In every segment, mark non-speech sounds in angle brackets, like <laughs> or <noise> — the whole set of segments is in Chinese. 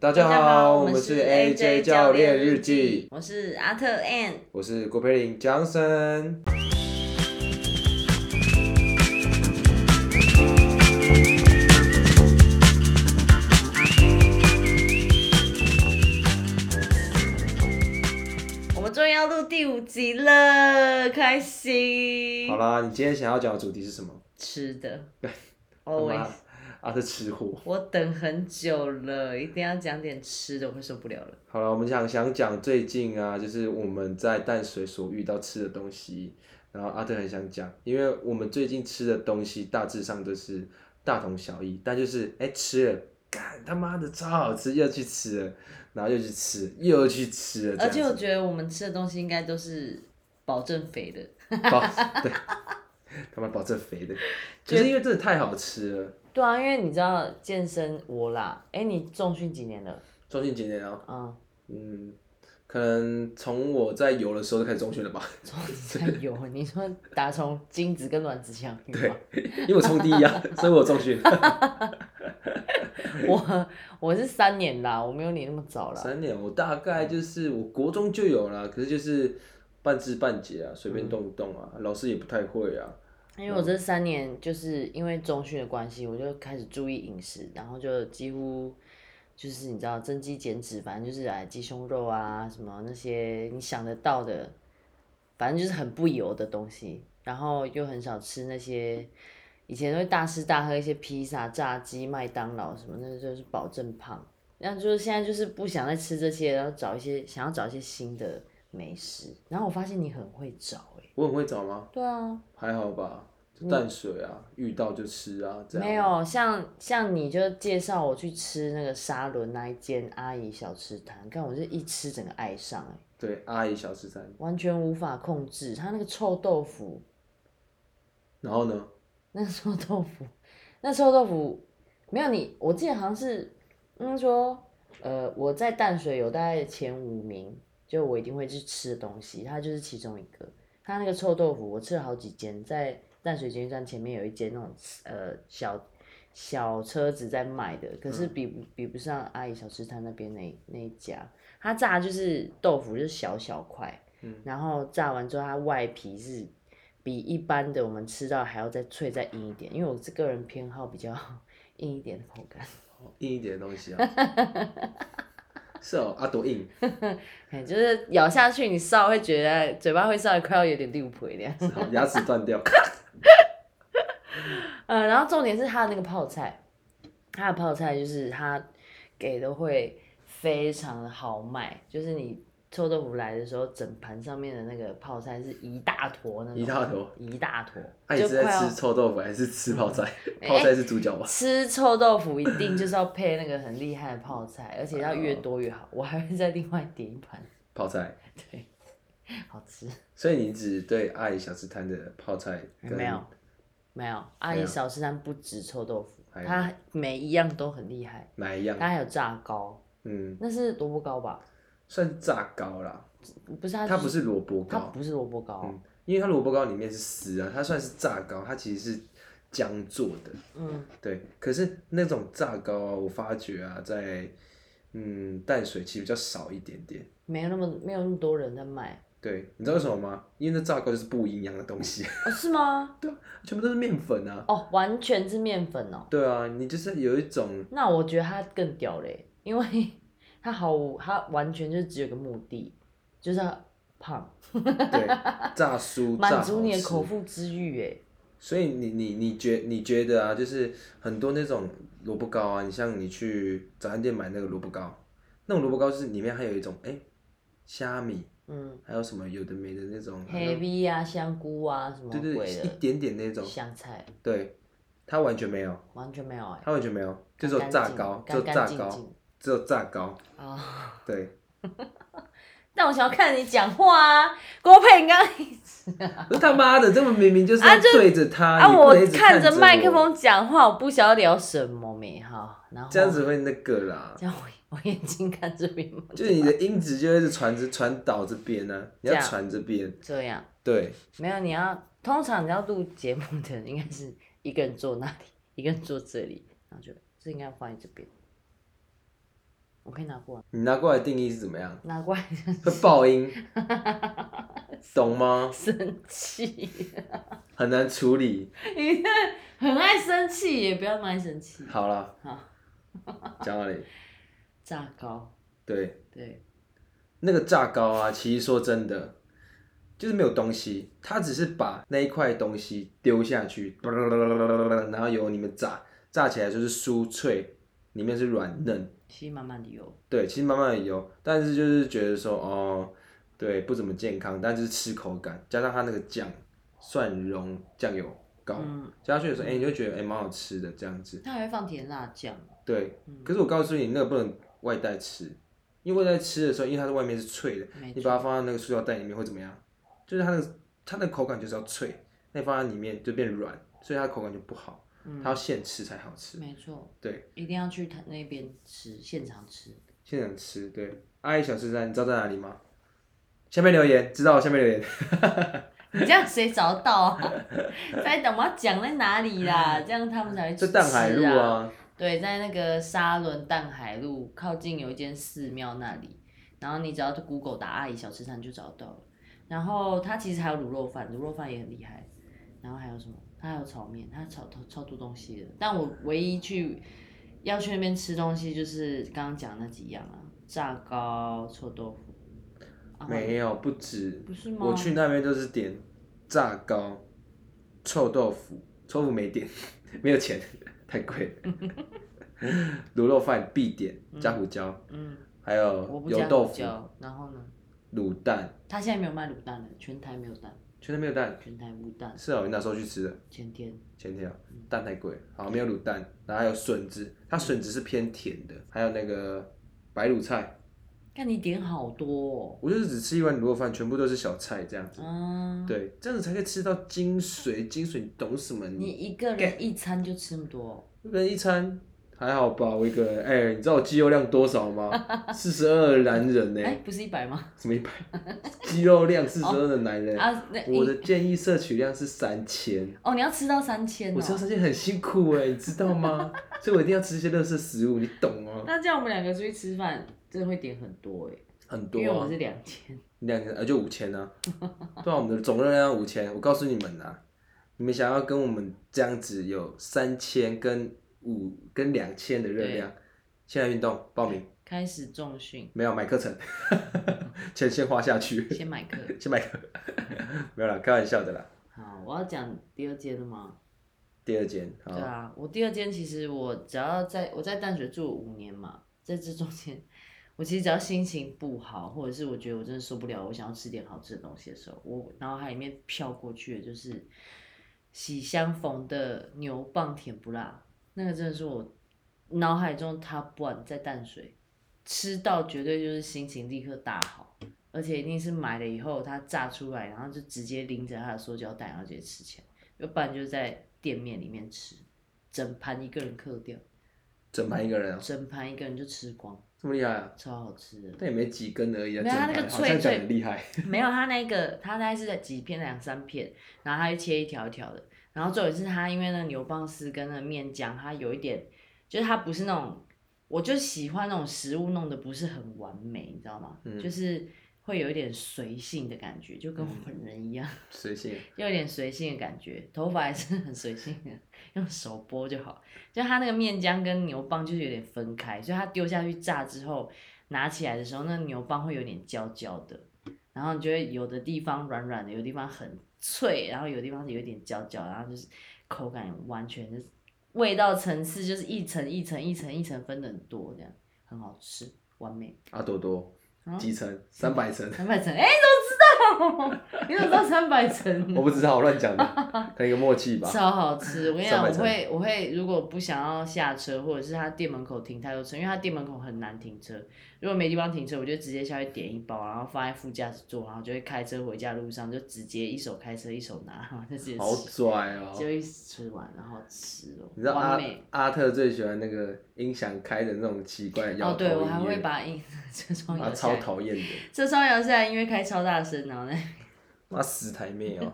大家好，我们是 AJ 教练日记，我是阿特 N。我是郭培林 Johnson。我们终于要录第五集了，开心。好啦，你今天想要讲的主题是什么？吃的 <laughs> 他，always 妈。啊，这吃货。我等很久了，一定要讲点吃的，我会受不了了。好了，我们想想讲最近啊，就是我们在淡水所遇到吃的东西，然后阿特很想讲，因为我们最近吃的东西大致上都是大同小异，但就是哎、吃了，干他妈的超好吃，又去吃了，然后又去吃，又去吃了，这而样子且我觉得我们吃的东西应该都是保证肥的。保 <laughs> 对，他妈保证肥的，可是因为真的太好吃了，对啊，因为你知道健身我啦，哎、你重训几年了？中训几年啊，嗯，嗯，可能从我在游的时候就开始中训了吧，从才 <laughs> 有，你说打从精子跟卵子相遇对吗？，因为我冲第一啊， <laughs> 所以我有中训我我是三年啦，我没有你那么早啦。三年，我大概就是我国中就有啦，可是就是半知半解啊，嗯随便动一动啊，老师也不太会啊，因为我这三年就是因为中训的关系，我就开始注意饮食，然后就几乎就是你知道增肌减脂，反正就是哎鸡胸肉啊什么那些你想得到的，反正就是很不油的东西，然后又很少吃那些以前会大吃大喝一些披萨、炸鸡、麦当劳什么，那就是保证胖。然后就是现在就是不想再吃这些，然后找一些想要找一些新的美食。然后我发现你很会找哎、我很会找吗？对啊，还好吧，就淡水啊，遇到就吃啊，这样嗯没有，像像你就介绍我去吃那个沙伦那一间阿姨小吃摊，看我这一吃整个爱上、欸，对，阿姨小吃摊，完全无法控制。它那个臭豆腐，然后呢， <laughs> 那个臭豆腐，那臭豆腐没有你，我记得好像是应该说，呃，我在淡水有大概前五名，就我一定会去吃的东西，它就是其中一个。它那个臭豆腐，我吃了好几间，在淡水捷运站前面有一间那种呃小小车子在卖的，可是比不比不上阿姨小吃摊那边那那一家。它炸就是豆腐，就是小小块，然后炸完之后它外皮是比一般的我们吃到还要再脆再硬一点，因为我这个人偏好比较 <laughs> 硬一点的口感。哦硬一点的东西啊。 <laughs> 是哦，啊多硬，哎，就是咬下去，你稍微会觉得嘴巴会稍微快要有点 <laughs> 六皮的。是哦 <laughs> 牙齿断 <laughs> 掉。呃，然后重点是它的那个泡菜，它的泡菜就是它给的会非常的豪迈，就是你臭豆腐来的时候，整盘上面的那个泡菜是一大坨那种，一大坨，一大坨，那、啊你就是在快要吃臭豆腐还是吃泡菜？ <laughs> 哎泡菜是主角吧？吃臭豆腐一定就是要配那个很厉害的泡菜，而且要越哦多越好。我还会再另外点一盘，泡菜，好吃。所以你只对阿姨小吃摊的泡菜跟嗯没有，没有，阿没姨有小吃摊不止臭豆腐，还有它每一样都很厉害。哪一样？它还有炸糕，嗯，那是萝卜糕吧？算是炸糕啦，不是它，它不，是萝卜它糕，不是萝卜糕。嗯，因为它萝卜糕里面是丝啊，它算是炸糕，它其实是浆做的。嗯，对，可是那种炸糕啊，我发觉啊，在嗯淡水其实比较少一点点。没有那么没有那么多人在卖。对，你知道为什么吗？因为那炸糕就是不营养的东西， <laughs> 哦，是吗？全部都是面粉啊。哦，完全是面粉哦。对啊，你就是有一 <laughs> 种那我觉得它更屌嘞，因为它毫无，它完全就只有一个目的，就是要胖。对炸酥炸 <laughs> 满足你的好口吃腹之欲，哎，所以你你你觉你觉得啊，就是很多那种萝卜糕啊，你像你去早餐店买那个萝卜糕，那种萝卜糕是里面还有一种哎虾米，嗯，还有什么有的没的那种，黑 V 啊，香菇啊，什么对对鬼对，一的，点点那种，香菜对，它完全没有，完全没有哎，它完全没有，就只有干炸净糕，只有干炸干净糕，净只有炸糕，啊。 <laughs> 对，但我想要看你讲话啊，郭佩，你刚刚我他妈的，这么明明就是啊要就对着它，啊，你不我能一直看着麦克我，风讲话，我不晓得聊什么没哈，然后这样子会那个啦，这样我 <laughs> 我眼睛看这边嘛，就是你的音质就会是传着传导这边呢、啊，你要这样传这边，这样对。没有你要通常你要录节目的人应该是一个人坐那里，一个人坐这里，然后就这应该放在这边。我可以拿过来，你拿过来定义是怎么 <laughs> 样？拿过来会爆 <laughs> 音，懂吗？生气， <laughs> 很难处理。你看很爱生气，也不要那么爱生气。好了，好，讲到你，炸糕，对，对，那个炸糕啊，其实说真的，就是没有东西，它只是把那一块东西丢下去，然后由你们炸，炸起来就是酥脆，里面是软嫩。吸满满的油，对，其实慢慢的有，但是就是觉得说，哦，对，不怎么健康，但是吃口感，加上它那个酱蒜蓉酱油膏，嗯，加下去的时候，哎、你就觉得哎蛮、好吃的这样子。它还会放甜辣酱，对，嗯可是我告诉你，那个不能外带吃，因为外带吃的时候，因为它的外面是脆的，没你把它错，放到那个塑料袋里面会怎么样？就是它那个它的口感就是要脆，那你放在里面就变软，所以它的口感就不好，嗯它要现吃才好吃。没错，对，一定要去他那边吃，现场吃。 <laughs> 现场吃，对。阿姨小吃站，你知道在哪里吗？下面留言，知道下面留言。你这样谁找得到啊？ <laughs> 在等我要讲在哪 <laughs> 里啦？这样他们才会在去吃淡海路啊。啊，对，在那个沙仑淡海路靠近有一间寺庙那里，然后你只要 Google 打阿姨小吃摊就找得到了。然后它其实还有卤肉饭，卤肉饭也很厉害。然后还有什么？它还有炒面，它炒超超多东西的。但我唯一去要去那边吃东西，就是刚刚讲那几样啊，炸糕、臭豆腐。啊没有不止，不是吗？我去那边都是点炸糕、臭豆腐，臭豆腐没点， <laughs> 没有钱，太贵 <laughs> 了。卤肉饭必点，加胡椒，嗯，还我有不油加豆胡腐、椒。然后呢？卤蛋，他现在没有卖卤蛋了，全台没有蛋，全都没有蛋。全台无蛋。是哦，你那时候去吃的？前天前天啊，嗯蛋太贵了，好没有卤蛋，然后还有笋子，它笋子是偏甜的，还有那个白卤菜，看你点好多、我就是只吃一碗卤肉饭，全部都是小菜这样哦，子，嗯，对，这样子才可以吃到精髓，精髓你懂什么？你一个人一餐就吃那么多哦、一个人一餐还好吧，我一个人，哎、你知道我肌肉量多少 <laughs> 吗？四十二男人呢、哎、不是一百吗？什么一百？肌肉量四十二的男人，啊，那我你的建议摄取量是三千。哦，你要吃到三千我吃到哦。三千很辛苦哎、你知道吗？所以我一定要吃一些垃圾食物，你懂吗？那这样我们两个出去吃饭，真的会点很多哎、很因为多我啊们，是两千，两个呃就五千呢、啊， <laughs> 对啊，我们的总热量五千。我告诉你们啊，你们想要跟我们这样子有三千跟五跟两千的热量，现在运动报名开始重训，没有买课程， <laughs> 钱先花下去，先买课。先买课， <laughs> 没有啦，开玩笑的啦。好，我要讲第二间了吗？第二间好，对啊，我第二间其实我只要在我在淡水住了五年嘛，在这中间，我其实只要心情不好，或者是我觉得我真的受不了，我想要吃点好吃的东西的时候，我脑海里面飘过去的就是喜相逢的牛蒡甜不辣，那个真的是我脑海中 top one 在淡水吃到绝对就是心情立刻大好，而且一定是买了以后它炸出来，然后就直接拎着它的塑胶袋，然后直接吃起来。要不然就是在店面里面吃，整盘一个人嗑掉，整盘一个人啊，整盘一个人就吃光，这么厉害啊？超好吃的。但也没几根而已啊，没整有它那盘个好像脆脆讲得很厉害，没有，它那个它大概是几片两三片，然后它就切一条一条的。然后重点是它因为那个牛蒡丝跟那个面酱，它有一点，就是它不是那种，我就喜欢那种食物弄得不是很完美，你知道吗？嗯就是会有一点随性的感觉，就跟我本人一样。随性。有点随性的感觉，头发也是很随性的，用手拨就好。就它那个面浆跟牛蒡就是有点分开，所以它丢下去炸之后，拿起来的时候，那牛蒡会有点焦焦的，然后你就会有的地方软软的，有的地方很脆，然后有的地方有点焦焦，然后就是口感完全就是味道层次就是一层一层一层一层分的很多，这样很好吃，完美。阿多多啊几层？三百层？三百层，哎、你怎么知道？ <laughs> 你怎么知道三百层？ <laughs> 我不知道，我乱讲的，可能一个默契吧。超好吃！我跟你讲， 300我层会我会，如果不想要下车，或者是他店门口停太多车，因为他店门口很难停车。如果没地方停车，我就直接下去点一包，然后放在副驾驶座，然后就会开车回家路上，就直接一手开车一手拿， <laughs> 然后就直接好吃，拽哦、就一直吃完，然后吃哦，你知道完阿美。阿特最喜欢那个音响开的那种奇怪的摇哦，头对，我还音会乐，把音 <laughs> 车窗啊摇下超来，讨厌的，车窗摇下来，因为开超大声，然后呢， <laughs> 妈死台妹哦、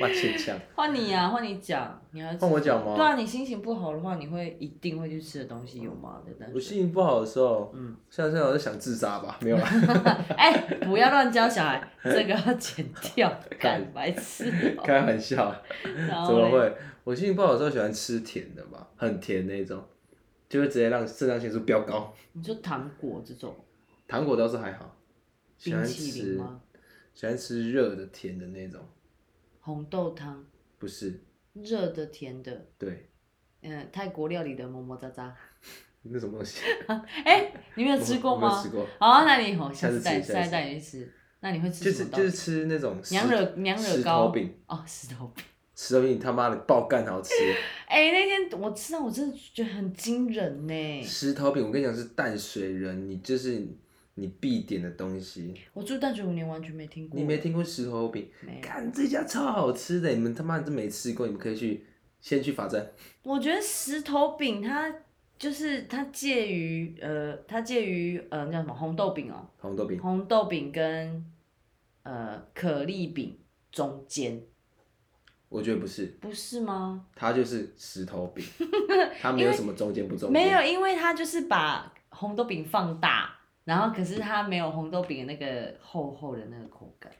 哇，切 <laughs> 强， <laughs> 换你啊，换你讲，你要换我讲吗对啊，你心情不好的话，你会一定会去吃的东西有吗？的淡我水。心情不好的时候，嗯，像现在我就想自杀吧，没有啊啦， <laughs> 哎、不要乱教小孩，这个要剪 <laughs> 掉，干白痴哦、 <laughs> 开玩笑，然怎后么嘞？会？我心情不好的时候喜欢吃甜的吧，很甜那种，就会直接让肾上腺素飙高。你说糖果这种糖果倒是还好，喜冰欢淇吃淋吗？喜欢吃热的甜的那种，红豆汤，不是？热的、甜的，对，嗯、泰国料理的么么喳 <laughs> 喳。那什么东西？哎、你没有 <laughs> 吃过我没有吗吃？过，好、啊，那你以后下下次次吃带下次下次吃带你去吃。那你会就吃什是么就东是西？吃那种石娘惹娘惹石糕头饼，哦，石头饼。石头饼他妈的爆干好吃。哎、那天我吃到，我真的觉得很惊人 <laughs> 呢。石头饼我跟你讲是淡水人，你就是你必点的东西。我住淡水五年完全没听过。你没听过石头饼？没有？看这家超好吃的，你们他妈真没吃过，你们可以去先去法站。我觉得石头饼它就是它介于呃，它介于呃那叫什么红豆饼哦，红豆饼，红豆饼跟呃可丽饼中间，我觉得不是，不是吗？它就是石头 <laughs> 饼，它没有什么中间不中间。没有，因为它就是把红豆饼放大，然后可是它没有红豆饼的那个厚厚的那个口感。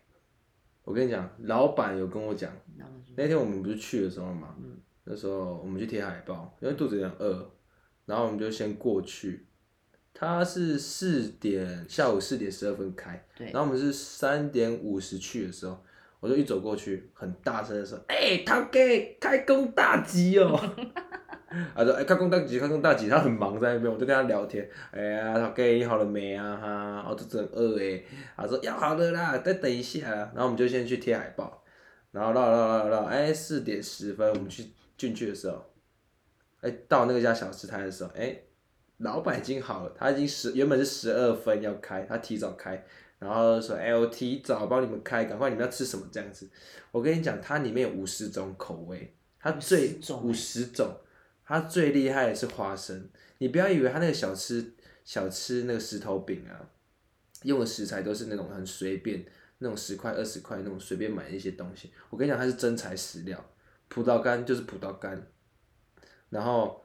我跟你讲，老板有跟我讲，然后就那天我们不是去的时候嘛，嗯那时候我们去贴海报，因为肚子有点饿，然后我们就先过去。他是四点，下午四点十二分开，对然后我们是三点五十去的时候，我就一走过去，很大声的说：“哎、他给开工大吉哦！” <laughs> 他说：“哎、开工大吉，开工大吉。”他很忙在那边，我就跟他聊天。哎、呀，他给你好了没啊？哈，我肚子很饿哎。他说：“要好了啦，再等一下啊啦。”然后我们就先去贴海报，然后绕绕绕绕，哎，四点十分我们去进去的时候，哎，到那个家小吃摊的时候，哎，老板已经好了，他已经十原本是十二分要开，他提早开，然后说，哎，我提早帮你们开，赶快你们要吃什么这样子。我跟你讲，它里面有五十种口味，它最50种五十种，欸它最厉害的是花生。你不要以为它那个小吃小吃那个石头饼啊，用的食材都是那种很随便，那种十块二十块那种随便买的一些东西。我跟你讲，它是真材实料，葡萄干就是葡萄干，然后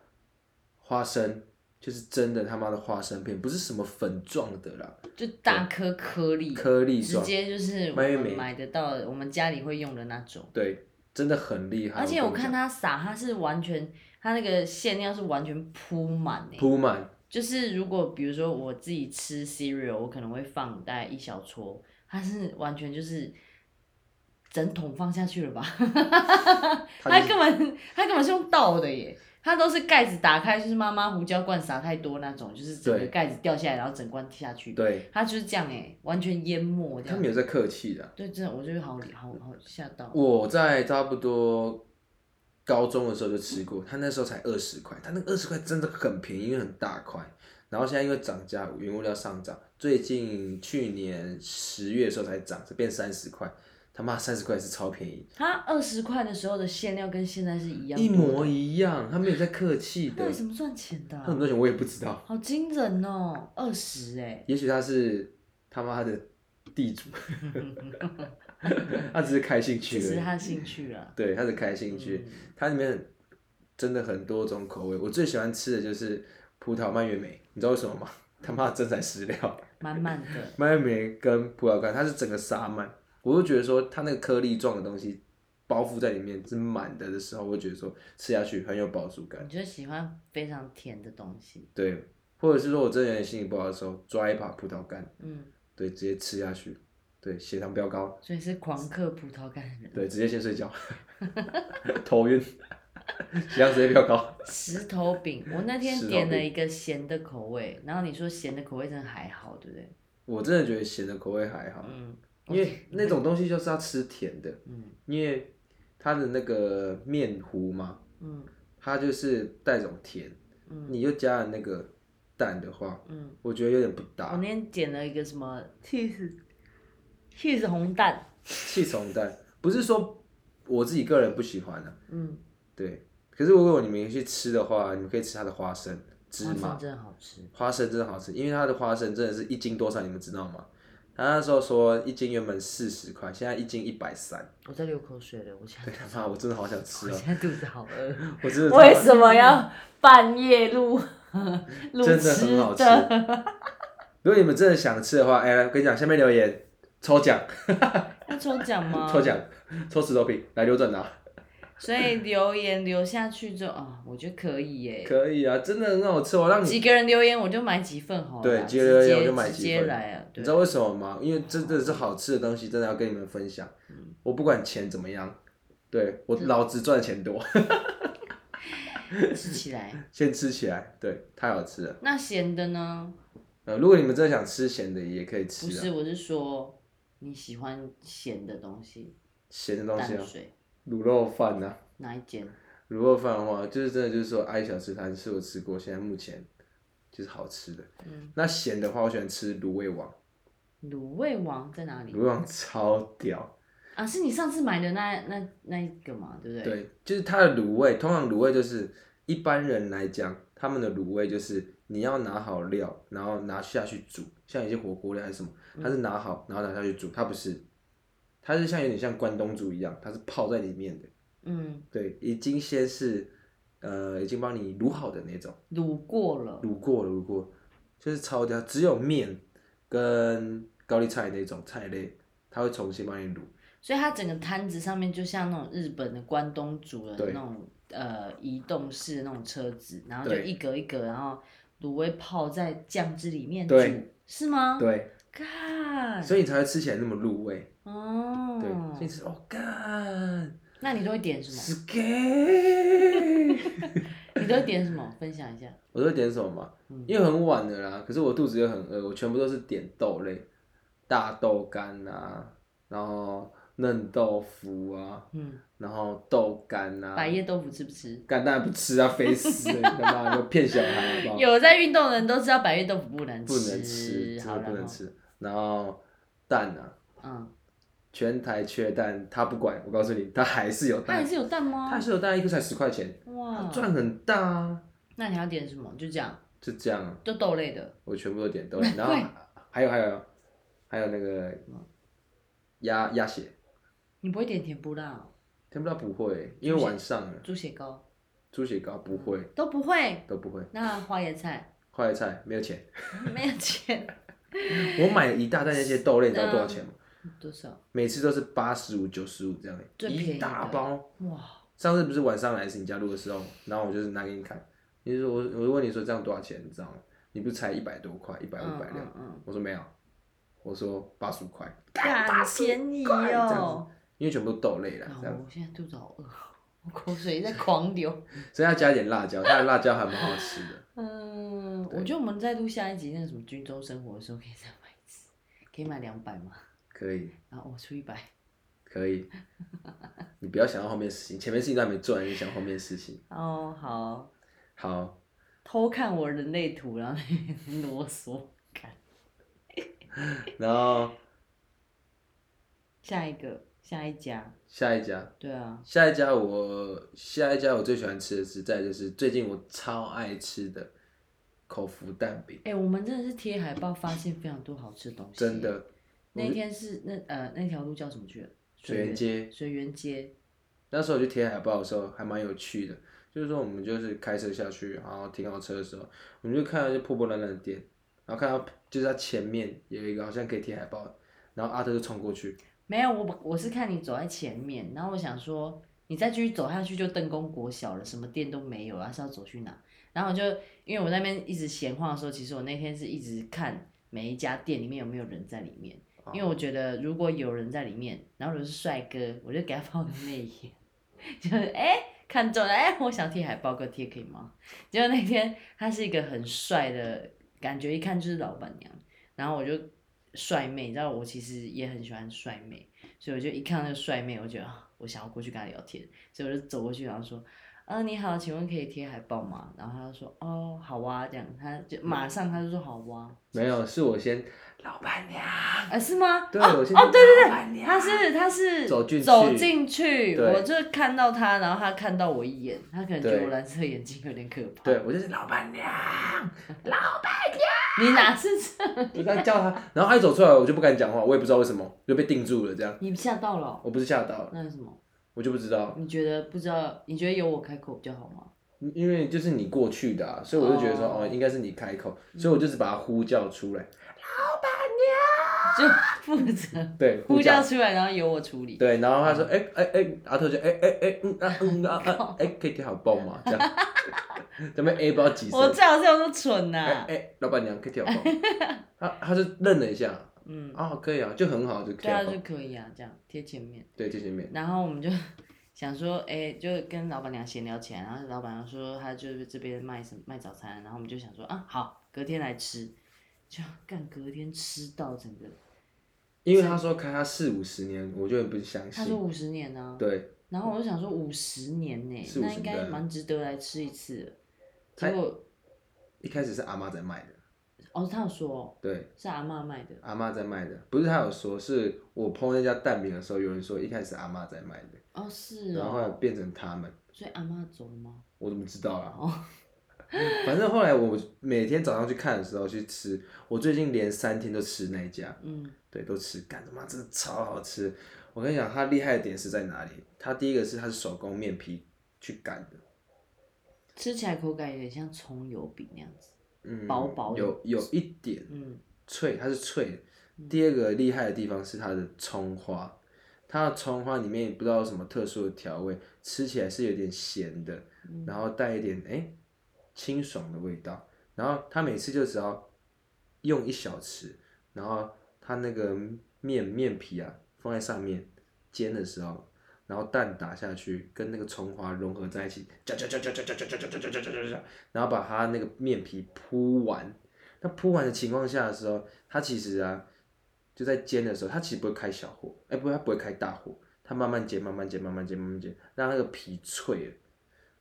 花生就是真的他妈的花生片，不是什么粉状的啦，就大颗颗粒，颗粒直状，接就是我蔓越们莓买得到的，我们家里会用的那种。对，真的很厉害。而且我跟你看讲它撒，它是完全，它那个馅料是完全铺满诶。铺满，就是如果比如说我自己吃 cereal，我可能会放大概一小撮，它是完全就是整桶放下去了吧？它它 <laughs> 就是根本它根本是用倒的耶，它都是盖子打开，就是妈妈胡椒罐撒太多那种，就是整个对盖子掉下来，然后整罐下去。对，它就是这样哎，完全淹没这他样们。有在客气的啊、对，真的，我觉得好好好吓到。我在差不多高中的时候就吃过，他那时候才二十块，他那二十块真的很便宜，因为很大块。然后现在因为涨价，原物料上涨，最近去年十月的时候才涨，才变三十块。他妈三十块是超便宜，它二十块的时候的馅料跟现在是一样一多模的，一样，他没有在客气到的底。怎么赚钱的啊、他很多钱我也不知道，好惊人哦，二十哎，也许他是他妈的地 <laughs> 主，他只是开兴趣这而是已。他兴趣了。对，他是开兴趣。嗯，它里面很真的很多种口味，我最喜欢吃的就是葡萄蔓越莓，你知道为什么吗？他妈的真材实料，满满的，蔓越莓跟葡萄干，它是整个撒满，我就觉得说它那个颗粒状的东西包覆在里面是满的的时候，我会觉得说吃下去很有饱足感你。就喜欢非常甜的东西。对，或者是说我真的有点心情不好的时候，抓一把葡萄干，嗯，对，直接吃下去，对，血糖飙高，所以是狂嗑葡萄干的人。对，直接先睡觉， <laughs> 头晕，血糖直接飙高。石头饼，我那天石头点了饼一个咸的口味，然后你说咸的口味真的还好，对不对？我真的觉得咸的口味还好，嗯因为那种东西就是要吃甜的，嗯因为它的那个面糊嘛，嗯它就是带种甜，嗯你又加了那个蛋的话，嗯。我觉得有点不我搭那。天点了一个什么 cheese cheese 红蛋，气虫蛋不是说我自己个人不喜欢的、啊，嗯，对。可是如果你们去吃的话，你们可以吃它的花生、芝花麻生，真的好吃。花生真的好吃，因为它的花生真的是一斤多少，你们知道吗？他那时候说一斤原本四十块，现在一斤一百三。我在流口水了，我现在对，他妈，我真的好想吃我哦！现在肚子好饿。我真的为什么要 <laughs> 半夜录 <laughs> 录真的吃很好吃？如果你们真的想吃的话，哎、来我跟你讲，下面留言抽奖，要抽 <laughs> 奖吗？抽奖，抽石头饼，来刘正啊拿，所以留言留下去之后啊，我觉得可以耶。可以啊，真的很好吃，我让几你，个人留言我就买几份好了啦。对直几接个人留言我就买直几接份来啊，你对知道为什么吗？因为真的是好吃的东西，真的要跟你们分享。我不管钱怎么样，对我老子赚的钱多，吃起来。先吃起来，对，太好吃了。那咸的呢？呃，如果你们真的想吃咸的，也可以不吃是，啊，我是说你喜欢咸的东西，咸的东西淡啊，水卤肉饭呐、啊。哪一间？卤肉饭的话，就是真的就是说，爱小吃摊是我吃过现在目前就是好吃的。嗯，那咸的话，我喜欢吃卤味王，卤味王在哪里卤？味王超屌。啊，是你上次买的那那那一个嘛，对不对？。对，就是它的卤味，通常卤味就是一般人来讲，他们的卤味就是你要拿好料，然后拿下去煮，像有些火锅料还是什么，嗯它是拿好然后拿下去煮，它不是，它是像有点像关东煮一样，它是泡在里面的。嗯，对，已经先是呃已经帮你卤好的那种。卤过了。卤过了，卤过，就是超屌，只有面跟高丽菜那种菜类，它会重新帮你卤。所以它整个摊子上面就像那种日本的关东煮的对那种呃移动式的那种车子，然后就对一格一格，然后卤味泡在酱汁里面煮对，是吗？对，干所以你才会吃起来那么入味。嗯哦，对，所以你吃哦干那你都会点什么？是 gay。你都会点什么？分享一下。 <laughs> 嗯我都会点什么嘛？因为很晚了啦，可是我肚子又很饿，我全部都是点豆类，大豆干啊，然后嫩豆腐啊，嗯，然后豆干啊，百叶豆腐吃不吃？干当然不吃啊，肥死、欸，他妈的骗小孩好不好？有在运动的人都知道百叶豆腐不能吃，哦不能吃，真好的然不能后吃。然后蛋啊，嗯，全台缺蛋，他不管，我告诉你，他还是有它也蛋，是有嗯蛋他吗还？是有蛋，一个才十块钱，哇，赚很大啊。那你还要点什么？就这样，就这样啊，就豆类的。我全部都点豆类，然后难还有还有还有那个鸭鸭血，你不会点甜不辣哦、天不辣不会，因为晚上了，猪血嗯糕猪血糕不会都不会。都不会，那花椰菜 <laughs> 快菜没有钱，没有钱，我买了一大袋那些豆类，你知道嗯多少钱吗？多少？每次都是八十五、九十五这样欸，最便宜的一大包。哇，上次不是晚上来是你家录的时候，然后我就是拿给你看，你就说我我问你说这样多少钱，你知道吗？你不是才一百多块，一百五嗯百六嗯，嗯，我说没有，我说八十五块，干便宜块这哦样、因为全部都豆类啦，然这样后，我现在肚子好饿，我口水在 <laughs> 狂流。所以要加一点辣椒，它的辣椒还蛮好吃 <laughs> 的，嗯，对我觉得我们在录下一集那个什么军中生活的时候，可以再买一次，可以买两百吗？可以然后我出一百。可以，你不要想到后面的事情，前面事情都还没做完，你想后面的事情。哦，好，好，偷看我人类图，然后在那边啰嗦。看然后下一个，下一家，下一家，对啊，下一家我下一家我最喜欢吃的是在就是最近我超爱吃的口服蛋饼。哎、我们真的是贴海报，发现非常多好吃的东西。真。的，那天是那呃那条路叫什么去了？水源街水源街。那时候去贴海报的时候还蛮有趣的，就是说我们就是开车下去，然后停好车的时候，我们就看到一些破破烂烂的店，然后看到就是它前面有一个好像可以贴海报的，然后阿特就冲过去，没有，我我是看你走在前面，然后我想说，你再继续走下去就邓公国小了，什么店都没有了，是要走去哪？然后我就因为我在那边一直闲晃的时候，其实我那天是一直看每一家店里面有没有人在里面，因为我觉得如果有人在里面，然后如果是帅哥，我就给他放个媚眼， <laughs> 就是哎、看中了，哎、我想贴海报，给我贴可以吗？结果那天他是一个很帅的感觉，一看就是老板娘，然后我就帅妹，你知道我其实也很喜欢帅妹。所以我就一看到那个帅妹，我觉得啊我想要过去跟她聊天，所以我就走过去，然后说：“嗯、你好，请问可以贴海报吗？然后他就说，哦，好啊，这样，他就马上他就说好啊，没有，是我先老板娘，呃，是吗？对，哦我先哦，对对老板对，娘他是他是走进去走进去，对我就是看到他，然后他看到我一眼，他可能觉得对我蓝色眼睛有点可怕。对，我就是老板娘，你哪是这？我就这样叫他，然后他一走出来，我就不敢讲话，我也不知道为什么，就被定住了这样。你吓到了哦、我不是吓到，那是什么？我就不知道，你觉得不知道？你觉得由我开口比较好吗？因为就是你过去的、啊，所以我就觉得说，哦哦，应该是你开口，所以我就是把他呼叫出来，就负责对，呼叫叫出来，然后由我处理。对，然后他说，哎哎哎，阿特就哎哎哎，嗯啊嗯啊啊，哎，可以贴好报吗？这样， <laughs> 咱们 A 不知道几声我，最好是有多蠢呐、哎哎，老板娘可以贴好报吗，他他就愣了一下，嗯，啊，可以啊，就很好，就对贴好啊，报就，可以啊，这样贴前面。对，贴前面，然后我们就想说，哎、就跟老板娘闲聊起来，然后老板娘说她就是这边卖什么卖早餐，然后我们就想说啊，好，隔天来吃，就干隔天吃到整个，因为他说开他四五十年，我就很不相他说信，五十年呢、对，然后我就想说五十年呢、是那50应该年哎蛮值得来吃一次的。他结果一开始是阿妈在卖的，哦，他有说哦对，是阿嬷卖的，阿妈在卖的，不是他有说，是我烹那家蛋饼的时候，有人说一开始是阿妈在卖的，哦是然后后来哦，变成他们，所以阿嬷走了吗？我怎么知道啊？哦， <laughs> 反正后来我每天早上去看的时候去吃，我最近连三天都吃那一家，嗯对，都吃，干他妈真的超好吃！我跟你讲，它厉害的点是在哪里？它第一个是它是手工面皮去擀的，吃起来口感有点像葱油饼那样子，嗯，薄薄的有有一点嗯脆，它是脆的。第二个厉害的地方是它的葱花，它的葱花里面也不知道有什么特殊的调味，吃起来是有点咸的，嗯然后带一点哎、诶清爽的味道。然后他每次就只要用一小匙，然后他那个面面皮啊放在上面煎的时候，然后蛋打下去跟那个葱花融合在一起，搅搅搅搅搅搅搅搅搅搅搅搅搅，然后把它那个面皮铺完。那铺完的情况下的时候，它其实啊就在煎的时候，它其实不会开小火，哎、不，它不会开大火，它慢慢煎，慢慢煎，慢慢煎，慢慢煎，让那个皮脆了，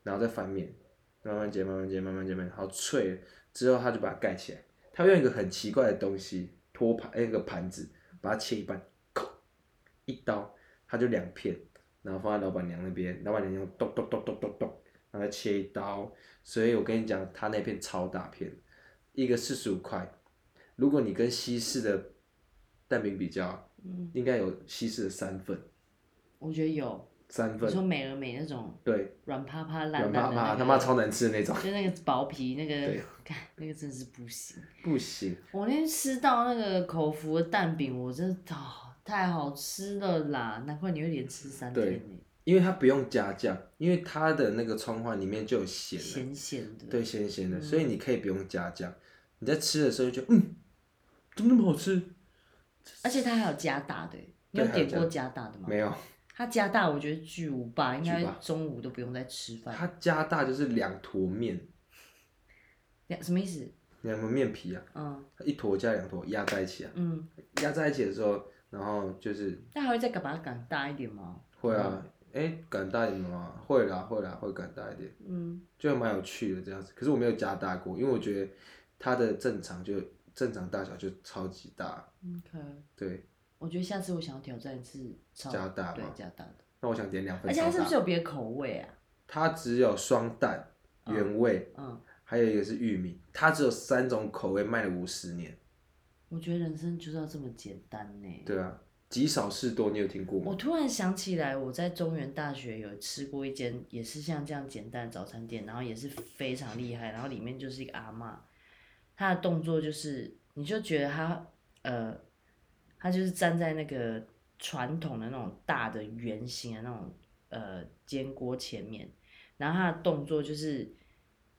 然后再翻面，慢慢煎，慢慢煎，慢慢煎，慢慢煎好脆了。之后他就把它盖起来，他用一个很奇怪的东西托盘，那个盘子把它切一半，扣一刀，它就两片，然后放在老板娘那边，老板娘用咚咚咚咚咚咚，然后再切一刀，所以我跟你讲，他那片超大片，一个四十五块，如果你跟西式的蛋饼比较，嗯，应该有西式的三份，我觉得有。三你说份，美而美那种对，软趴趴烂软烂的、那趴个，趴，他妈超难吃的那种，就那个薄皮那个对，看那个真的是不行。不行，我那天吃到那个口服的蛋饼，我真的、哦、太好吃了啦！难怪你会连吃三天对呢、 <laughs> 因为它不用加酱，因为它的那个葱花里面就有咸了，咸咸的。对，咸咸的，嗯所以你可以不用加酱。你在吃的时候就觉得，嗯，怎么那么好吃？而且它还有加大的、欸你有对还有点过加加大的吗？没有，它加大我觉得巨无霸，应该巨无霸中午都不用再吃它饭。加大就是两坨面，两什么意思？两坨面皮啊，嗯一坨加两坨压在一起啊，嗯，压在一起的时候，然后就是那还会再把它擀大一点吗？会啊，哎、擀大一点吗？会啦，会啦，会擀大一点。嗯，就蛮有趣的这样子。可是我没有加大过，因为我觉得它的正常就正常大小就超级大，嗯可以。对，我觉得下次我想要挑战是超加大对吗加大的，那我想点两份而且超它是不是大。有别的口味啊？它只有双蛋嗯原味，嗯，还有一个是玉米，它只有三种口味，卖了五十年。我觉得人生就是要这么简单呢。对啊，极少事多，你有听过我吗？突然想起来，我在中原大学有吃过一间也是像这样简单的早餐店，然后也是非常厉害，然后里面就是一个阿嬷，她的动作就是，你就觉得她呃，她就是站在那个传统的那种大的圆形的那种呃煎锅前面，然后她的动作就是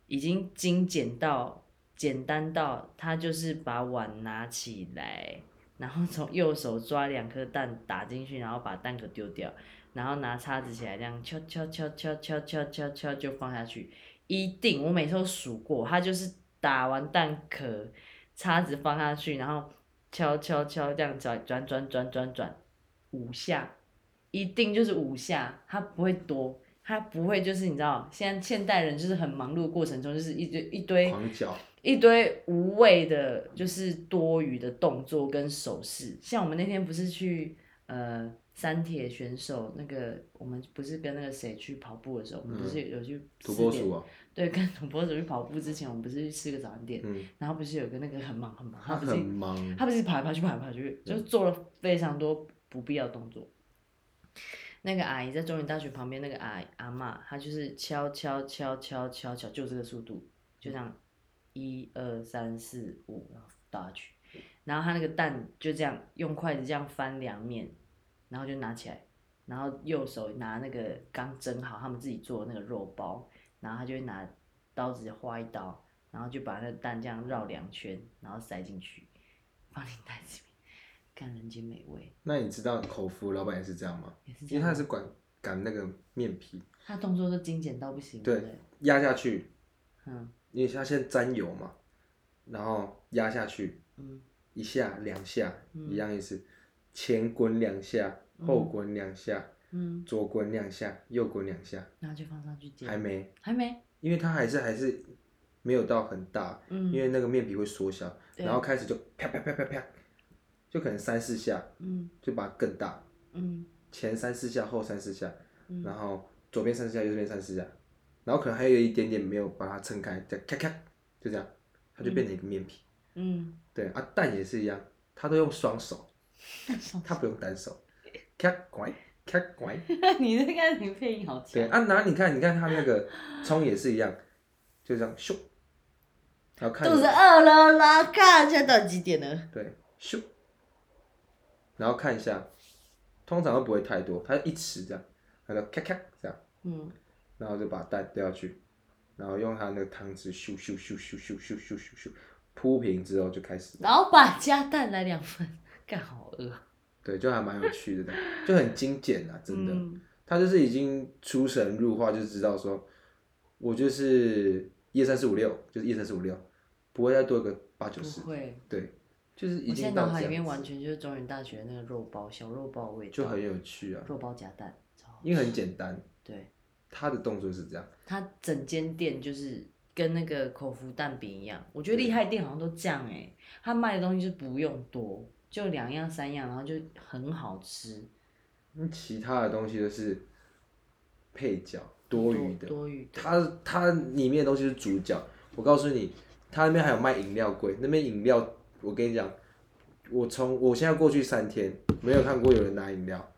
已经精简到简单到，她就是把碗拿起来。然后从 <laughs> 右手抓两颗蛋打进去，然后把蛋壳丢掉，然后拿叉子起来这样敲敲敲敲敲敲敲敲就放下去，一定我每次都数过，它就是打完蛋壳，叉子放下去，然后敲敲敲这样转转转转转转五下，一定就是五下，它不会多，他不会就是你知道，现在现代人就是很忙碌的过程中，就是一堆一堆狂脚，一堆无谓的，就是多余的动作跟手势。像我们那天不是去呃三铁选手那个，我们不是跟那个谁去跑步的时候，我们不是有有去嗯土吃拨点鼠啊，对，跟土拨鼠去跑步之前，我们不是去吃个早餐店，嗯，然后不是有个那个很忙很忙，他他不很是忙，他不是跑来跑去跑来跑去，就是做了非常多不必要的动作。那个阿姨在中原大学旁边那个阿姨阿嬷，她就是敲敲敲敲敲敲，就这个速度，就这样一二三四五，然后倒下去，然后她那个蛋就这样用筷子这样翻两面，然后就拿起来，然后右手拿那个刚蒸好他们自己做的那个肉包，然后她就会拿刀子划一刀，然后就把那个蛋这样绕两圈，然后塞进去，放进袋子里面，看人间美味，那你知道口服老板也是这样吗？也是这因为样。他是管擀那个面皮，他动作都精简到不行，对对不对，压下去，嗯因为他先沾油嘛，然后压下去嗯一下两下，嗯一样意思，前滚两下，后滚两下，嗯，左滚两下，右滚两下，然后就放上去煎，还没，还没，因为它还是还是没有到很大，嗯，因为那个面皮会缩小，对然后开始就啪啪啪啪啪，就可能三四下嗯就把它更大，嗯前三四下，后三四下，嗯然后左边三四下，右边三四下，然后可能还有一点点没有把它撑开，再咔咔，就这样，它就变成一个面皮。嗯，对啊，蛋也是一样，它都用双手，嗯它不用单手，咔拐咔 <laughs> 拐。 <laughs> 你这个你配音好对强，啊，然后你看，你看它那个葱也是一样，就这样咻，然后看肚子饿了啦，看现在到底几点了？对，咻，然后看一下，通常都不会太多，它一匙这样，它就咔咔这样，嗯，然后就把蛋丢下去，然后用它那个汤匙咻咻咻咻咻咻咻咻咻铺平之后就开始，老板加蛋来两份，干好饿，对，就还蛮有趣的，就很精简啊，真的，嗯他就是已经出神入化，就知道说，我就是一二三四五六，就是一二三四五六，不会再多一个八九不十，会，对，就是已我现在经到脑海这里面样完子，全就是中原大学那个肉包小肉包的味道，就很有趣啊，肉包夹蛋，超好因为很简单，对，他的动作是这样，它整间店就是跟那个口服蛋饼一样，我觉得厉害店好像都这样哎、欸，他卖的东西就不用多，就两样三样，然后就很好吃，那其他的东西都是配角，多余的，多余的，它它里面的东西是主角。我告诉你，它那边还有卖饮料柜，那边饮料，我跟你讲，我从我现在过去三天，没有看过有人拿饮料，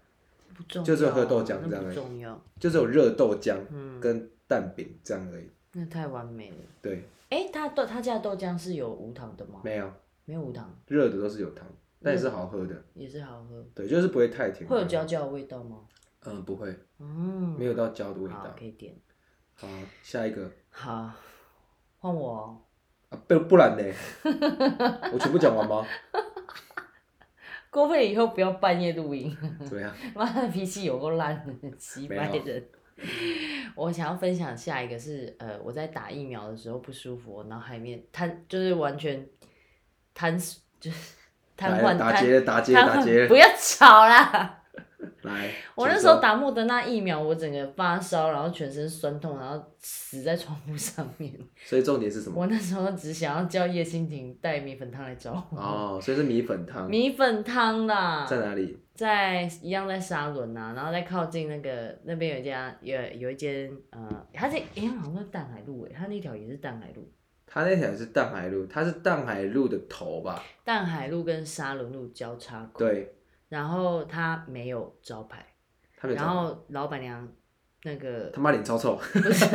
不重要，就是喝豆浆那这样不而已重要，就只有热豆浆嗯，跟蛋饼这样而已。那太完美了。对，哎，他豆他家的豆浆是有无糖的吗？没有没有无糖，热的都是有糖，但也是好喝的。也是好喝，对，就是不会太甜。会有焦焦的味道吗？嗯，不会，嗯，没有到焦的味好道。可以点。好，下一个好，换我哦。啊，不不然呢？ <laughs> 我全部讲完 <laughs> 吗？郭佩以后不要半夜录音。怎么样？ <laughs> 妈的脾气有够烂的，几没百有人。我想要分享下一个是，呃，我在打疫苗的时候不舒服，我脑海里面瘫，就是完全瘫，就是瘫来痪，打瘫结，打结，瘫打痪，结不，要 <laughs> 吵啦！来。我那请时候说打莫德纳疫苗，我整个发烧，然后全身酸痛，然后死在床铺上面。 <laughs> 所以重点是什么？我那时候只想要叫叶蜻蜓带米粉汤来找我，哦，所以是米粉汤米粉汤啦，在哪里？在一样在沙伦呐、然后在靠近那个那边有一家有有一间呃，它这一样好像是淡海路诶，它那条也是淡海路，它那条是淡海路，它是淡海路的头吧？淡海路跟沙伦路交叉口。。对，然后它没有招牌，他们然后老板娘那个他妈脸超臭， <laughs> 不是，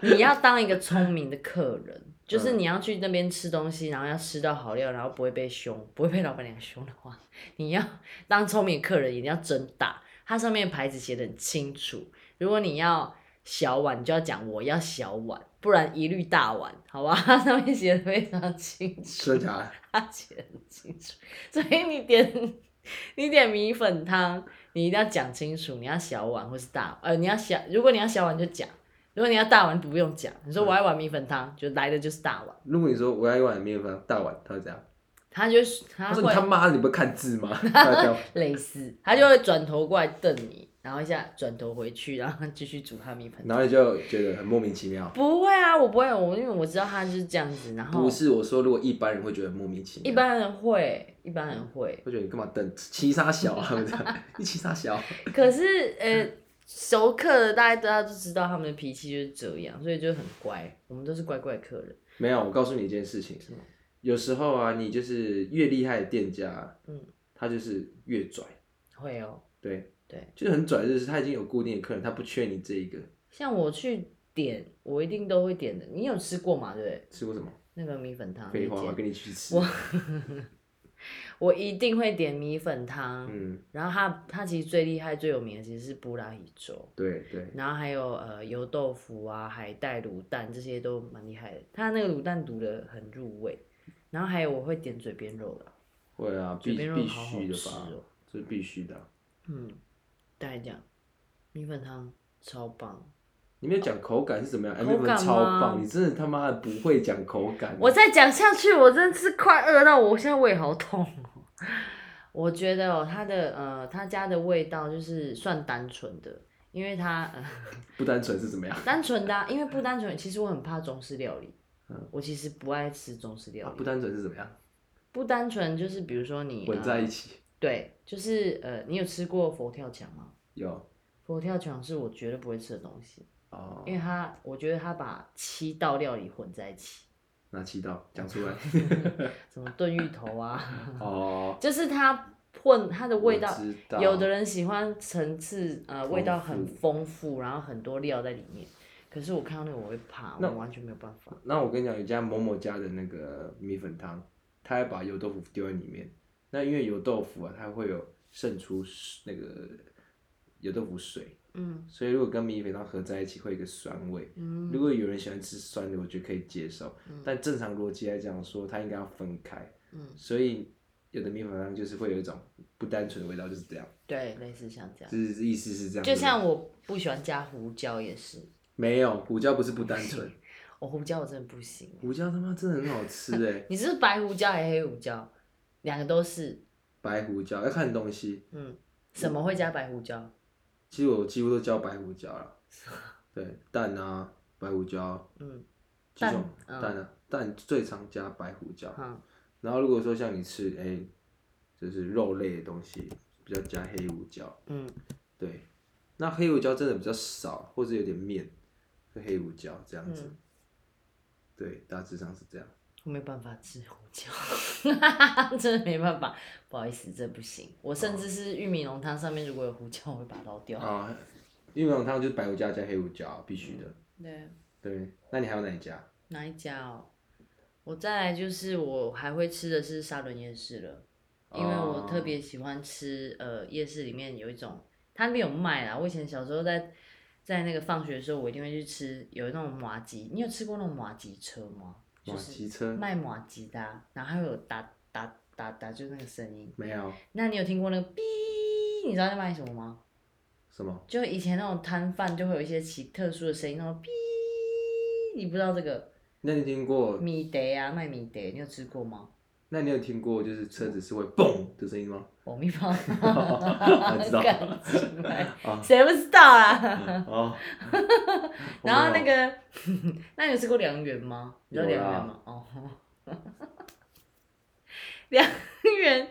你要当一个聪明的客人，就是嗯你要去那边吃东西，然后要吃到好料，然后不会被凶，不会被老板娘凶的话，你要当聪明的客人，一定要睁大。它上面牌子写的很清楚，如果你要小碗，你就要讲我要小碗，不然一律大碗，好吧？它上面写的非常清楚。真的假的？他写得很清楚， <laughs> 所以你点你点米粉汤，你一定要讲清楚，你要小碗或是大呃，你要小，如果你要小碗就讲，如果你要大碗不用讲，你嗯说我要一碗米粉汤，就来的就是大碗，如果你说我要一碗面粉大碗，他会怎样？他就是他他说你他 <laughs> 会妈的你不会看字吗？他会这样类似，他就会转头过来瞪你，然后一下转头回去，然后继续煮哈密盆。然后你就觉得很莫名其妙。不会啊，我不会，我因为我知道他就是这样子，然后不是我说，如果一般人会觉得莫名其妙，一般人会，一般人会，会觉得你干嘛等七杀小啊？ <laughs> 你七杀小，可是呃，熟客的大家大家都知道他们的脾气就是这样，所以就很乖，我们都是乖乖客人。没有，我告诉你一件事情，是吗有时候啊，你就是越厉害的店家，嗯，他就是越拽，会哦，对对，就是很拽，就是他已经有固定的客人，他不缺你这一个。像我去点，我一定都会点的。你有吃过吗？对不对？吃过什么？那个米粉汤那废话，我间，跟你去吃。啊我 <laughs> 我一定会点米粉汤。嗯，然后它它其实最厉害、最有名的其实是布拉吉粥，对对，然后还有呃油豆腐啊、海带卤蛋这些都蛮厉害的。它那个卤蛋卤的很入味，然后还有我会点嘴边肉的，会啊，必嘴边肉必好好须的吃吧，哦。这是必须的啊。嗯，大概这样，米粉汤超棒。你没有讲口感是怎么样？哎，口没有感超吗棒！你真的他妈的不会讲口感。我再讲下去，我真是快饿到我现在胃好痛哦。 <laughs> 我觉得哦，它的呃，他家的味道就是算单纯的，因为它呃。不单纯是怎么样？单纯的、啊，因为不单纯，其实我很怕中式料理嗯，我其实不爱吃中式料啊理。不单纯是怎么样？不单纯就是比如说你混在一起，起对，就是呃，你有吃过佛跳墙吗？有佛跳墙是我绝对不会吃的东西，哦因，为它我觉得它把七道料理混在一起，拿七道讲出 <laughs> 来什么炖芋头啊， <laughs> 哦。就是它混它的味道我知道有的人喜欢层次，呃，味道很丰丰富，然后很多料在里面。可是我看到那个我会怕，那我完全没有办法。那我跟你讲，有一家某某家的那个米粉汤，他还把油豆腐丢在里面。那因为油豆腐啊，它会有渗出那个油豆腐水，嗯所以如果跟米粉汤合在一起，会有一个酸味。嗯，如果有人喜欢吃酸的，我觉得可以接受。但正常逻辑来讲说，它应该要分开。嗯所以有的米粉汤就是会有一种不单纯的味道，就是这样。对，类似像这样。就是意思是这样。嗯就对不对像我不喜欢加胡椒也是，没有胡椒不是不单 <laughs> 纯，我、胡椒我真的不行。胡椒他妈真的很好吃哎、你是白胡椒还是黑胡椒？两个都是，白胡椒要看东西。嗯，什么会加白胡椒？其实我几乎都叫白胡椒 <laughs> 了，对，蛋啊，白胡椒，嗯，几种蛋嗯蛋啊，蛋最常加白胡椒。哈，然后如果说像你吃哎、就是肉类的东西，比较加黑胡椒，嗯，对。那黑胡椒真的比较少，或者有点面，是黑胡椒这样子。嗯对，大致上是这样。我没有办法吃胡椒， <laughs> 真的没办法，不好意思，这不行。我甚至是玉米浓汤上面如果有胡椒，我会把它捞掉。啊，玉米浓汤就是白胡椒加黑胡椒，必须嗯的。对，对，那你还有哪一家？哪一家哦？我再来就是我还会吃的是沙伦夜市了。因为我哦特别喜欢吃，呃，夜市里面有一种，它那边有卖啦。我以前小时候在在那个放学的时候，我一定会去吃，有那种麻吉，你有吃过那种麻吉车吗？马就是骑车卖麻吉的啊、然后还有哒哒哒哒，就是那个声音。没有那你有听过那个哔？你知道在卖什么吗？什么就以前那种摊贩就会有一些奇特殊的声音，那种哔，你不知道这个那你听过米德啊，卖米德，你有吃过吗？那你有听过就是车子是会嘣的声音吗？我咪方， <laughs> 我知道干奇怪啊 <laughs> 谁不知道啊？，哦然后那个，那你有吃过良缘吗？你知道有啊良啦缘吗？哦， <laughs> 良缘，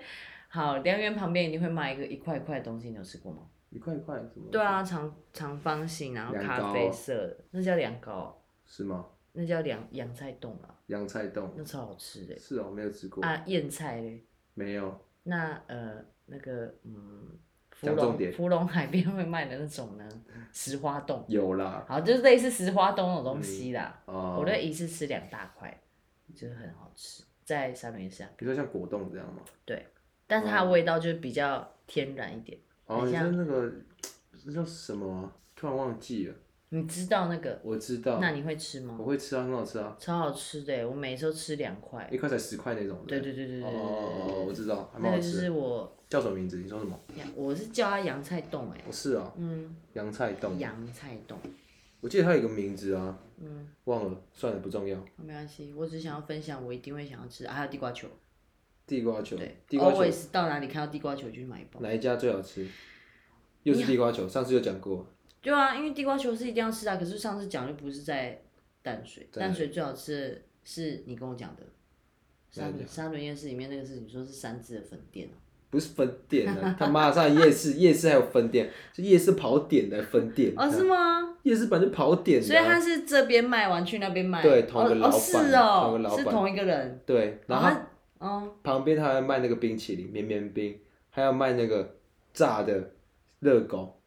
好，良缘旁边一定会卖一个一块一块的东西，你有吃过吗？一块一块什么？对，啊，长长方形，然后凉咖糕啡色的，那叫凉糕，是吗？那叫凉洋菜冻啊，洋菜冻那超好吃的是哦，没有吃过，啊，燕菜嘞，没有那呃那个嗯。芙讲重蓉点芙蓉海边会卖的那种呢，石花冻，有啦好，就是类似石花冻那种东西啦。哦。我都一次吃两大块，就是很好吃，在三明治上。比如说像果冻这样吗？对，但是它的味道就是比较天然一点。哦，很你像说那个那叫什么啊？突然忘记了，你知道那个？我知道，那你会吃吗我？会吃啊，很好吃啊，超好吃的，我每次都吃两块。一块才十块那种的。对对对对对哦对哦哦，对我对。知道，还蛮那好个就吃的。是嗯我，叫什么名字？你说什么？我是叫它洋菜冻哎，不是啊，嗯，洋菜冻。洋菜冻，我记得它有一个名字啊，嗯，忘了，算了，不重要。没关系，我只想要分享，我一定会想要吃，啊还有地瓜球，地瓜球对，哦地瓜球 always 到哪里看到地瓜球就去买一包。哪一家最好吃？又是地瓜球，上次有讲过，对啊，因为地瓜球是一定要吃的啊、可是上次讲就不是在淡水，对淡水最好吃的是你跟我讲的哪一三个三轮夜市里面那个是你说是三只的粉店哦不是分店啊，他妈上夜市，夜市还有分店，是夜市跑点的分店。哦是吗？夜市本来就跑点的啊、所以他是这边卖完去那边卖，对同一个哦老哦板是同一个老哦，板是同一个人，对，然后后哦旁边他还卖那个冰淇淋，绵绵冰，还要卖那个炸的热狗，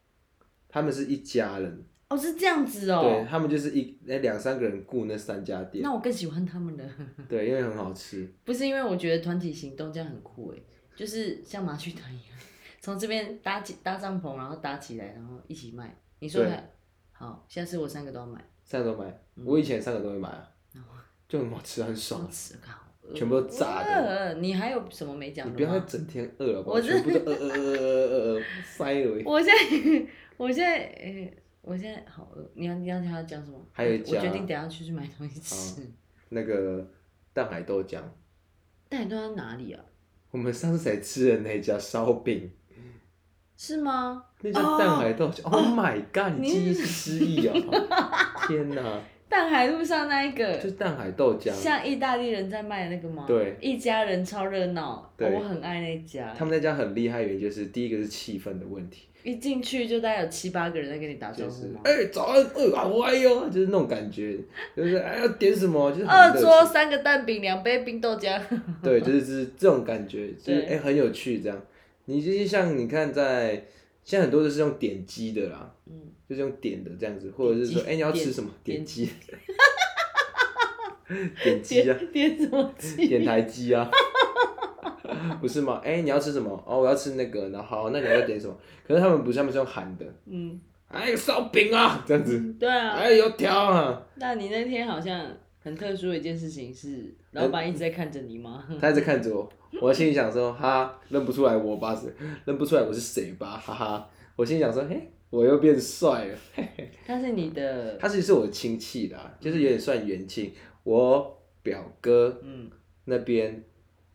他们是一家人，哦是这样子对哦，他们就是一那两三个人雇那三家店，那我更喜欢他们的，对，因为很好吃， <laughs> 不是因为我觉得团体行动这样很酷诶，就是像麻雀团一样， <laughs> 从这边搭起搭帐篷，然后搭起来，然后一起卖。你说对还好，下次我三个都要买。三个都买，我以前三个都会买啊，就很好吃，很爽好啊，吃，靠全部都炸的。呃你还有什么没讲你的不要再吗？整天饿了，好不好我全部都饿饿饿饿饿饿塞了。我现在，我现在，呃我现在好饿。你要你要他讲什么？还有一我家嗯决定等一下去去买东西吃。那个淡海豆浆，但你都在哪里啊？我们上次才吃的那家烧饼，是吗？那家淡海豆浆、o 哦 h my god！你记忆是失 <laughs> 忆啊！天哪，淡海路上那一就是个，淡海豆浆，像意大利人在卖的那个吗？对一家人超热闹，哦对我很爱那家。他们那家很厉害，原因就是第一个是气氛的问题，一进去就大概有七八个人在跟你打招就呼是吗？哎、早安，饿好嗨哟，就是那种感觉，就是哎要点什么，就是很二热桌情三个蛋饼，两杯冰豆浆。 <laughs> 对，就是就是这种感觉，就是哎、对很有趣这样。你就是像你看在现在很多都是用点击的啦，嗯，就是用点的这样子，或者是说，哎、点击你要吃点什么？点点鸡， <laughs> 点鸡啊，点点什么 <laughs> 鸡？点台鸡啊，不是吗？哎、你要吃什么？哦，我要吃那个，然后好，那你要点什么？可是他们不是，他们是用喊的，嗯，哎，有烧饼啊，这样子，对啊。哎，油条啊，那你那天好像很特殊的一件事情是，老板一直在看着你吗？他一直看着我，我心里想说，哈，认不出来我吧，是认不出来我是谁吧，哈哈，我心里想说，嘿。我又变帅了， <laughs> 他是你的，他其实是我亲戚啦，就是有点算远亲。我表哥嗯那边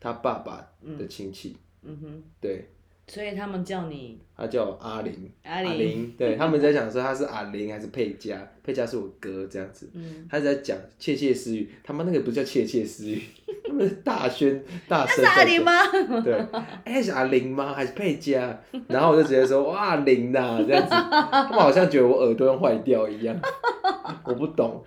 他爸爸的嗯亲戚，嗯哼，对所以他们叫你他叫我阿玲，阿玲，林，对他们在想说他是阿玲还是佩佳，佩佳是我哥这样子，嗯，他一直在讲窃窃私语，他妈那个不叫窃窃私语， <laughs> 他们是大宣大他声是阿在林讲，吗？ <laughs> 对，哎、是阿玲吗？还是佩佳？然后我就直接说哇阿玲呐、这样子，他们好像觉得我耳朵要坏掉一样，我不懂，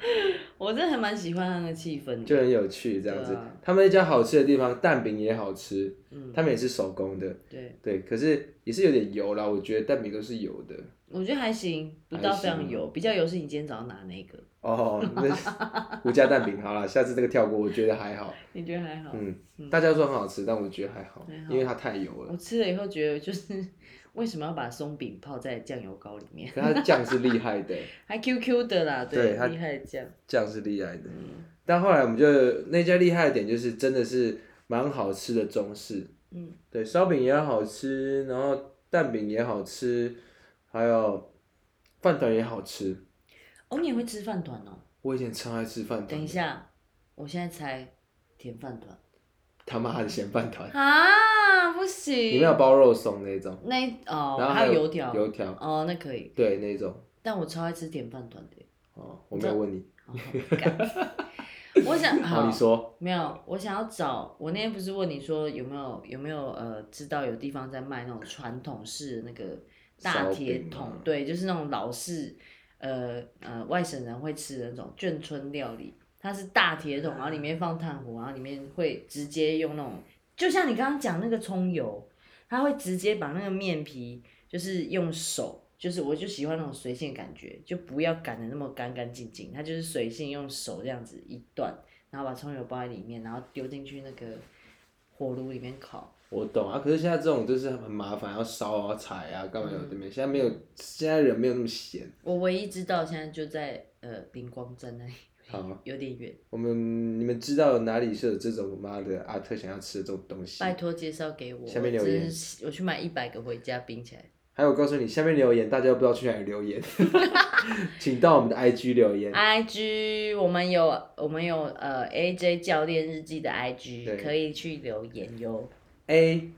我真的还蛮喜欢他的气氛的，就很有趣这样子对啊。他们那家好吃的地方，蛋饼也好吃，嗯，他们也是手工的。对，对，可是也是有点油啦，我觉得蛋饼都是油的。我觉得还行，啊不到非常油，比较油是你今天早上拿那个，哦，那胡家蛋饼好啦，下次这个跳过，我觉得还好。你觉得还 <laughs> 好？嗯，嗯大家都说很好吃，但我觉得还好，还好因为它太油了我。吃了以后觉得就是。 <laughs> 为什么要把松饼泡在酱油膏里面？可它酱是厉害的，还 Q Q 的啦，对它厉害的酱，酱是厉害的。 <laughs> 嗯但后来我们就那家厉害的点就是真的是蛮好吃的中式，嗯，对，烧饼也好吃，然后蛋饼也好吃，还有饭团也好吃。哦，你也会吃饭团哦？我以前超爱吃饭团，等一，下，我现在猜甜饭团他妈的咸饭 <laughs> 团，啊，不行，里面有包肉松那种，那哦，然后还有油条，油条，哦，那可以，对那种。但我超爱吃甜饭团的。哦，我没有问你，好干 <laughs> 我想好，好哦你说，没有，我想要找我那天不是问你说有没有有没有呃知道有地方在卖那种传统式的那个大烧铁饼桶吗，对，就是那种老式呃呃外省人会吃的那种眷村料理，它是大铁啊桶，然后里面放炭火，然后里面会直接用那种，就像你刚刚讲那个葱油，它会直接把那个面皮就是用手。就是我就喜欢那种随性的感觉，就不要擀的那么干干净净，它就是随性用手这样子一段，然后把葱油包在里面，然后丢进去那个火炉里面烤。我懂啊。可是现在这种就是很麻烦，要烧啊、踩啊，干嘛有嗯的没。现在没有，现在人没有那么闲。我唯一知道现在就在呃灵光站那里，好，啊有点远，我们你们知道哪里是有这种妈的阿特想要吃的这种东西？拜托介绍给我。下面我留言真是我去买一百个回家冰起来。还有，我告诉你，下面留言大家不知道去哪里留言， <laughs> 请到我们的 IG 留言。 IG 我们有我们有呃 AJ 教练日记的对 IG，可以去留言哟。 A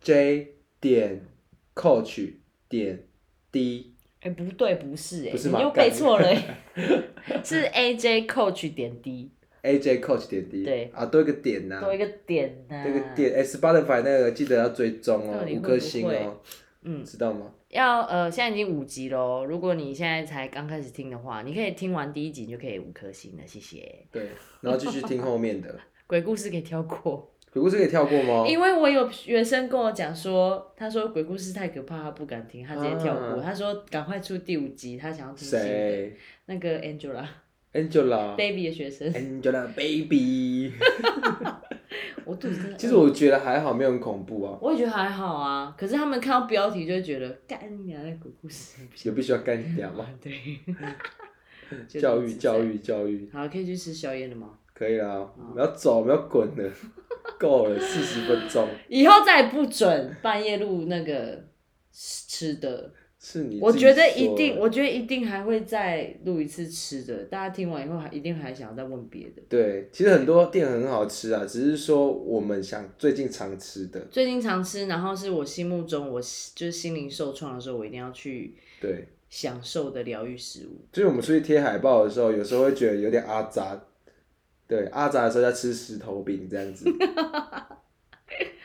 J 点 Coach 点 D 哎、不对，不是哎、不是你嘛又干背错了、欸， <laughs> 是 AJ Coach 点 D， A J Coach 点 D，对啊，多一个点呐、多一个点呐、多一个点，哎、s p o t i f y 那个记得要追踪到哦，底会五不颗星哦会，嗯，知道吗？要呃，现在已经五集喽。如果你现在才刚开始听的话，你可以听完第一集你就可以五颗星了，谢谢。对，然后继续听后面的鬼故事可以跳过，鬼故事可以跳过吗？因为我有学生跟我讲说，他说鬼故事太可怕，他不敢听，他直接跳过。啊他说赶快出第五集，他想要听新的。谁那个 Angela ？Angela，Angela baby 的学生，哎 Baby。我肚子真的。其实我觉得还好，没有很恐怖啊，我也觉得还好啊，可是他们看到标题就会觉得干你啊，那鬼故事不也行必须要干掉嘛。啊，对。 <laughs> 就教肚育，子教在。育，教育，好，可以去吃宵夜了吗？可以哦啦。我们要走，我们要滚了，够了，四十分钟。以后再也不准半夜录那个吃的，是你自己说的，我觉得一定，我觉得一定还会再录一次吃的。大家听完以后还一定还想要再问别的。对，其实很多店很好吃啊，只是说我们想最近常吃的，最近常吃，然后是我心目中我就是心灵受创的时候，我一定要去对，享受的疗愈食物。就是我们出去贴海报的时候，有时候会觉得有点阿杂，对，阿杂的时候要吃石头饼这样 <laughs> 子，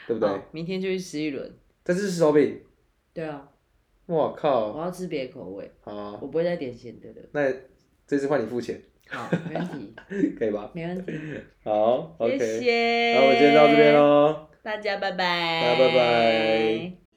对不对？好明天就去吃一轮。但是石头饼，对啊，我我靠，要吃别的口味，好啊，我不会再点咸的了。那这次换你付钱，好，没问题，可以吧？没问题，好 <laughs> 谢，OK，谢。那我们今天到这边喽。大家拜拜，大家拜拜。